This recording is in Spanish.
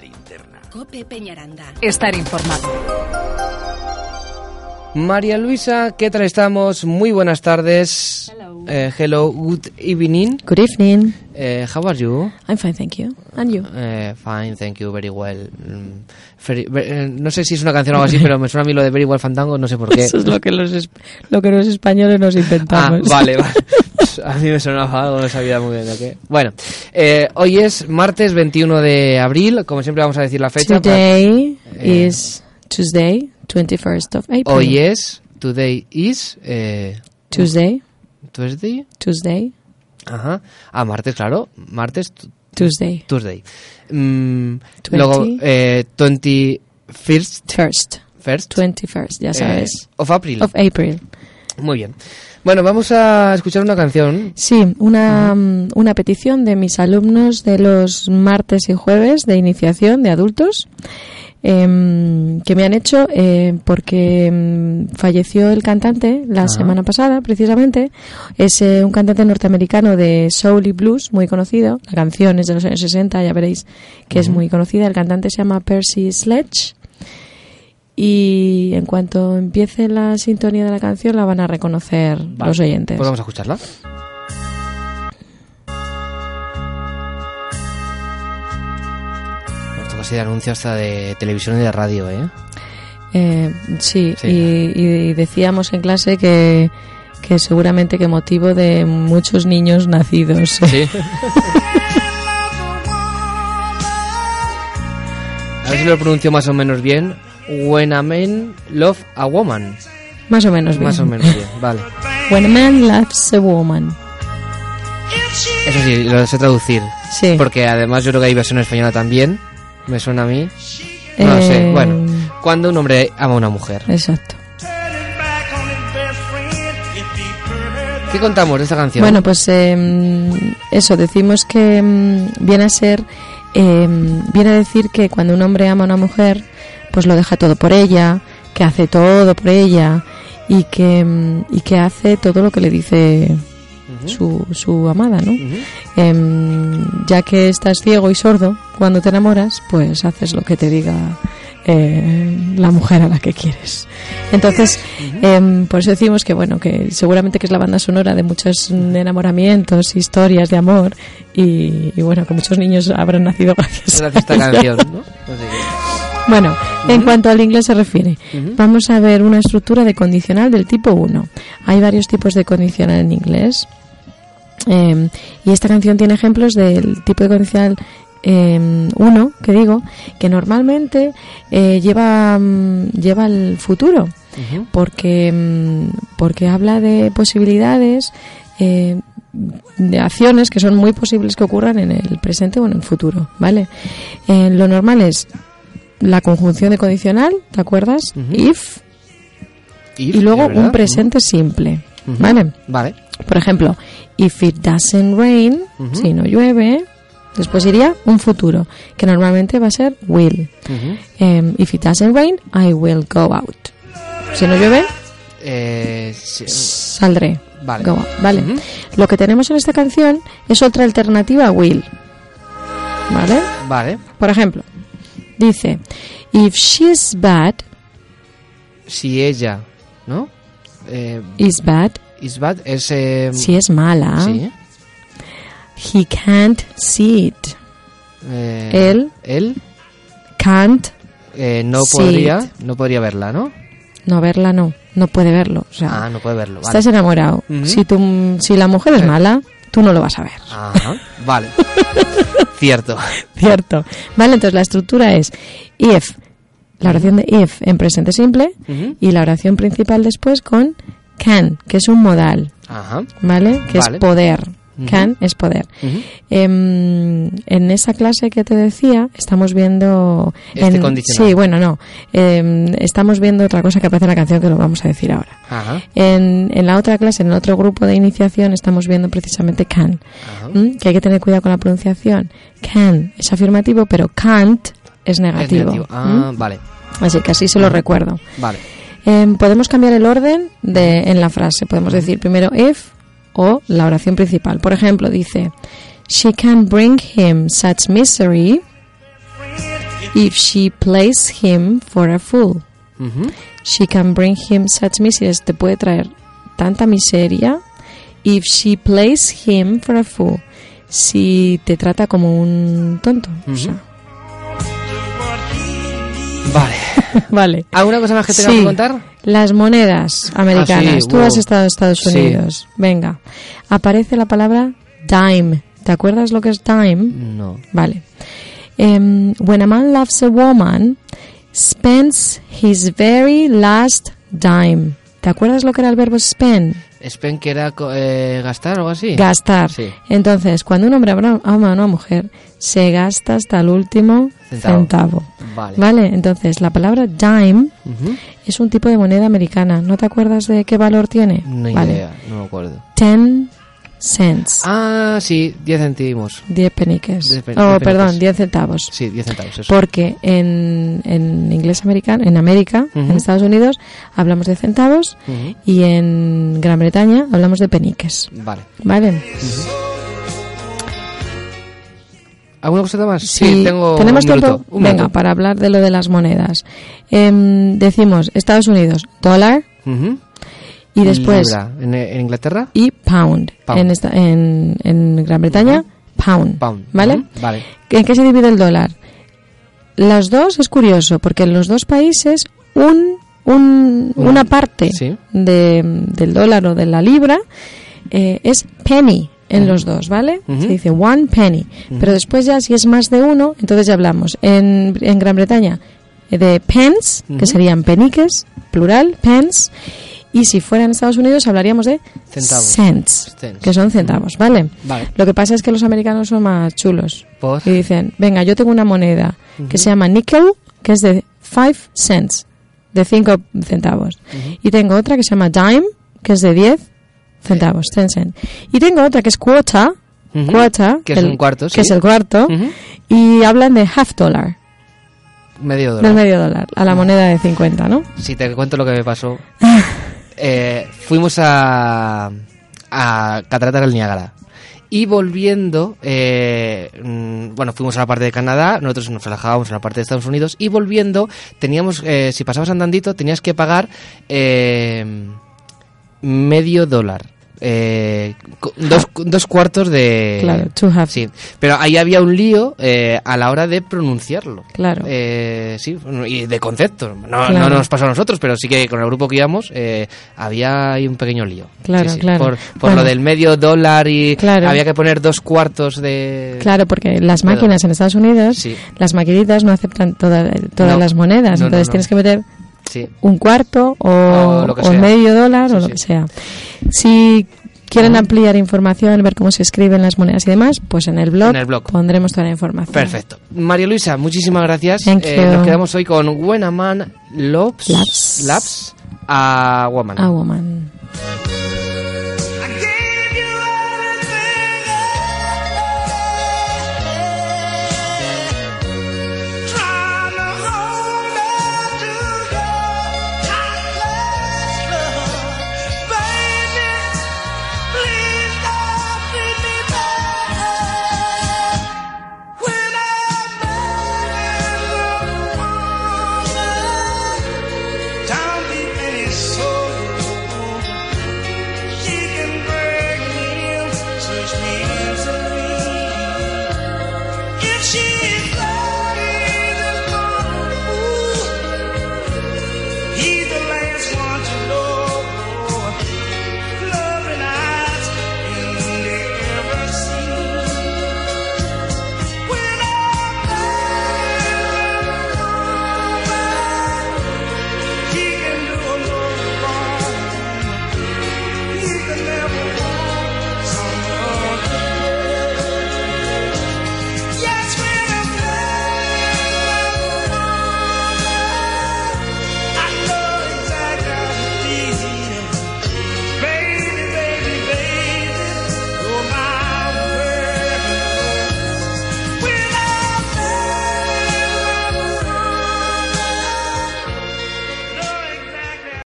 linterna. Cope Peñaranda. Estar informado. María Luisa, ¿qué tal estamos? Muy buenas tardes. Hello. Eh, hello, good evening. Good evening. Eh, how are you? I'm fine, thank you. And you? Eh, fine, thank you, very well. Mm, very- ver- eh, no sé si es una canción o algo así, pero me suena a mí lo de Very Well Fandango, no sé por qué. Eso es lo que los es- lo que los españoles nos Ah, inventamos. vale, vale. A mí me sonaba algo, no sabía muy bien de qué. Bueno, eh, hoy es martes 21 de abril, como siempre vamos a decir la fecha. Today Eh. is Tuesday, 21st of April. para- Hoy es, today is, eh, Tuesday, Tuesday. Tuesday, Ajá. Ah, martes, claro. Martes, tu- Tuesday. Tuesday. Mm, Twenty. luego, eh, 21st, First, first, 21st, ya eh, sabes. of April. Of April. Muy bien. Bueno, vamos a escuchar una canción. Sí, una, mm, una petición de mis alumnos de los martes y jueves de iniciación de adultos em, que me han hecho eh, porque em, falleció el cantante la Ajá. semana pasada, precisamente. Es eh, un cantante norteamericano de soul y blues muy conocido. La canción es de los años 60, ya veréis que es muy conocida. El cantante se llama Percy Sledge. Y en cuanto empiece la sintonía de la canción, la van a reconocer los oyentes. Pues vamos a escucharla. Esto casi de anuncio hasta de televisión y de radio, ¿eh? Eh, sí, Sí. Y, y decíamos en clase que, que seguramente que motivo de muchos niños nacidos. Sí. a ver si lo pronuncio más o menos bien. When a man love a woman. Más o menos. Más o bien. menos bien, vale. When a man loves a woman. Eso sí, lo sé traducir. Sí. Porque además yo creo que hay versión española también. Me suena a mí. No lo sé. Eh, Bueno, cuando un hombre ama a una mujer. Exacto. ¿Qué contamos de esta canción? Bueno, pues em, eso, decimos que em, viene a ser, em, viene a decir que cuando un hombre ama a una mujer, pues lo deja todo por ella, que hace todo por ella y que, em, y que hace todo lo que le dice su, su amada, ¿no? Em, ya que estás ciego y sordo, cuando te enamoras, pues haces lo que te diga eh, la mujer a la que quieres. Entonces, em, por eso decimos que, bueno, que seguramente que es la banda sonora de muchos mm, enamoramientos, historias de amor, y, y bueno, que muchos niños habrán nacido gracias Gracias a esta ella. canción, ¿no? Pues sí. Bueno, en cuanto al inglés se refiere, vamos a ver una estructura de condicional del tipo 1. Hay varios tipos de condicional en inglés. Eh, y esta canción tiene ejemplos del tipo de condicional 1, que digo, que normalmente eh, lleva, mm, lleva el futuro, porque, mm, porque habla de posibilidades, eh, de acciones que son muy posibles que ocurran en el presente o en el futuro, ¿vale? Eh, lo normal es la conjunción de condicional, ¿te acuerdas? Ujú. If, If, y luego ¿es verdad? un presente simple, Ujú. ¿vale? Vale. Por ejemplo, if it doesn't rain, Ujú. si no llueve, después iría un futuro, que normalmente va a ser will. Ujú. Em, if it doesn't rain, I will go out. Si no llueve, Eh, sí, saldré. Vale. Go out, ¿vale? Ujú. Lo que tenemos en esta canción es otra alternativa a will. ¿Vale? Vale. Por ejemplo, dice, if she's bad, Si ella, ¿no? Eh, is bad, is bad es... eh, si es mala, sí. he can't see it. Eh, Él. Él Can't, eh, no Sí. podría no podría verla, ¿no? no verla no, no puede verlo. O sea, Ah, no puede verlo. Vale. estás enamorado. Ujú. Eh. Si tu, si la mujer es Sí. mala, tú no lo vas a ver. Ajá, vale. Cierto. Cierto. Vale, entonces la estructura es if, la oración de if en presente simple Ujú. y la oración principal después con can, que es un modal, Ajá. ¿vale? Que Vale. es poder. Ujú. Can es poder. Ujú. Em, en esa clase que te decía, estamos viendo. Este en- condicional. Sí, bueno, no. Em, estamos viendo otra cosa que aparece en la canción que lo vamos a decir ahora. Ajá. En, en la otra clase, en el otro grupo de iniciación, estamos viendo precisamente can, Ajá. ¿m? que hay que tener cuidado con la pronunciación. Can es afirmativo, pero can't es Es negativo. Mm. negativo. Ah, ¿m? vale. Así que así se lo recuerdo. Vale. Em, podemos cambiar el orden de, en la frase. Podemos decir primero if o la oración principal. Por ejemplo, dice, She can bring him such misery If she plays him for a fool, Ujú. she can bring him such miseries. Te puede traer tanta miseria. If she plays him for a fool, si te trata como un tonto. o sea, Vale. vale. ¿Alguna cosa más que tengamos Sí. que contar? Las monedas americanas. Ah, sí, Tú wow. has estado en Estados Sí. Unidos. Venga. Aparece la palabra dime. ¿Te acuerdas lo que es dime? No. Vale. Em, when a man loves a woman, spends his very last dime. ¿Te acuerdas lo que era el verbo spend? Spen que era co- eh, gastar o algo así. Gastar. Sí. Entonces, cuando un hombre abra- ama a una mujer, se gasta hasta el último Centavo. centavo. Vale. Vale, entonces la palabra dime Ujú. es un tipo de moneda americana. ¿No te acuerdas de qué valor tiene? No vale. idea, no me acuerdo. 10 cents. Ah, sí, 10 centimos. 10 peniques. Diez pe- oh, diez perdón, peniques. 10 centavos. Sí, 10 centavos, eso. Porque en, en inglés americano, en América, Ujú. en Estados Unidos, hablamos de centavos Ujú. y en Gran Bretaña hablamos de peniques. Vale. ¿Vale? ¿Alguna cosa más? Si tengo ¿Tenemos un minuto. tiempo? Un Venga, minuto. para hablar de lo de las monedas. Em, decimos Estados Unidos, dólar Ujú. y después. Libra. ¿En, en Inglaterra? Y pound. Pound. En, esta- en, en Gran Bretaña, pound. Pound. ¿Vale? Ujú. Vale. ¿En qué se divide el dólar? Las dos es curioso, porque en los dos países un, un- Una- una parte sí. de- del dólar o de la libra eh, es penny en los dos, ¿vale? Ujú. Se dice one penny. Pero después ya si es más de uno, entonces ya hablamos en, en Gran Bretaña eh, de pence, Ujú. que serían peniques, plural, pence. Y si fuera en Estados Unidos hablaríamos de Centavos. cents, Cents. que son centavos, ¿vale? Vale. Lo que pasa es que los americanos son más chulos. Por- Y dicen, venga, yo tengo una moneda que se llama nickel, que es de 5 cents, de 5 centavos. Y tengo otra que se llama dime, que es de 10 centavos, 10 cents. Y tengo otra que es cuota, Ujú. cuota, Que es un cuarto, sí. que es el cuarto, Ujú. y hablan de half dollar, Medio dólar. del medio dólar, a la moneda de 50, ¿no? Si te cuento lo que me pasó. Eh, fuimos a, a Cataratas del Niágara. Y volviendo, eh, mm, bueno, fuimos a la parte de Canadá, nosotros nos relajábamos en la parte de Estados Unidos, y volviendo, teníamos, eh, si pasabas andandito, tenías que pagar eh, medio dólar. Eh, cu- dos, dos cuartos de... Claro, two halves. Sí, pero ahí había un lío eh, a la hora de pronunciarlo. Claro. Eh, sí, y de conceptos. No, no Claro. nos pasó a nosotros, pero sí que con el grupo que íbamos eh, había ahí un pequeño lío. Claro, Sí, sí. claro. Por, por Bueno. lo del medio dólar y Claro. había que poner dos cuartos de... Claro, porque las Perdón. máquinas en Estados Unidos, Sí. las maquinitas no aceptan toda- todas No. las monedas, No, no, entonces no. tienes que meter Sí. un cuarto o, O lo que o sea. medio dólar Sí, o lo sí. Ah. que sea. Si quieren ampliar información, ver cómo se escriben las monedas y demás, pues en el blog, En el blog. pondremos toda la información. Perfecto. María Luisa, muchísimas gracias. Thank Eh, you. nos quedamos hoy con When a Man Loves, Loves. Loves a Woman. A woman.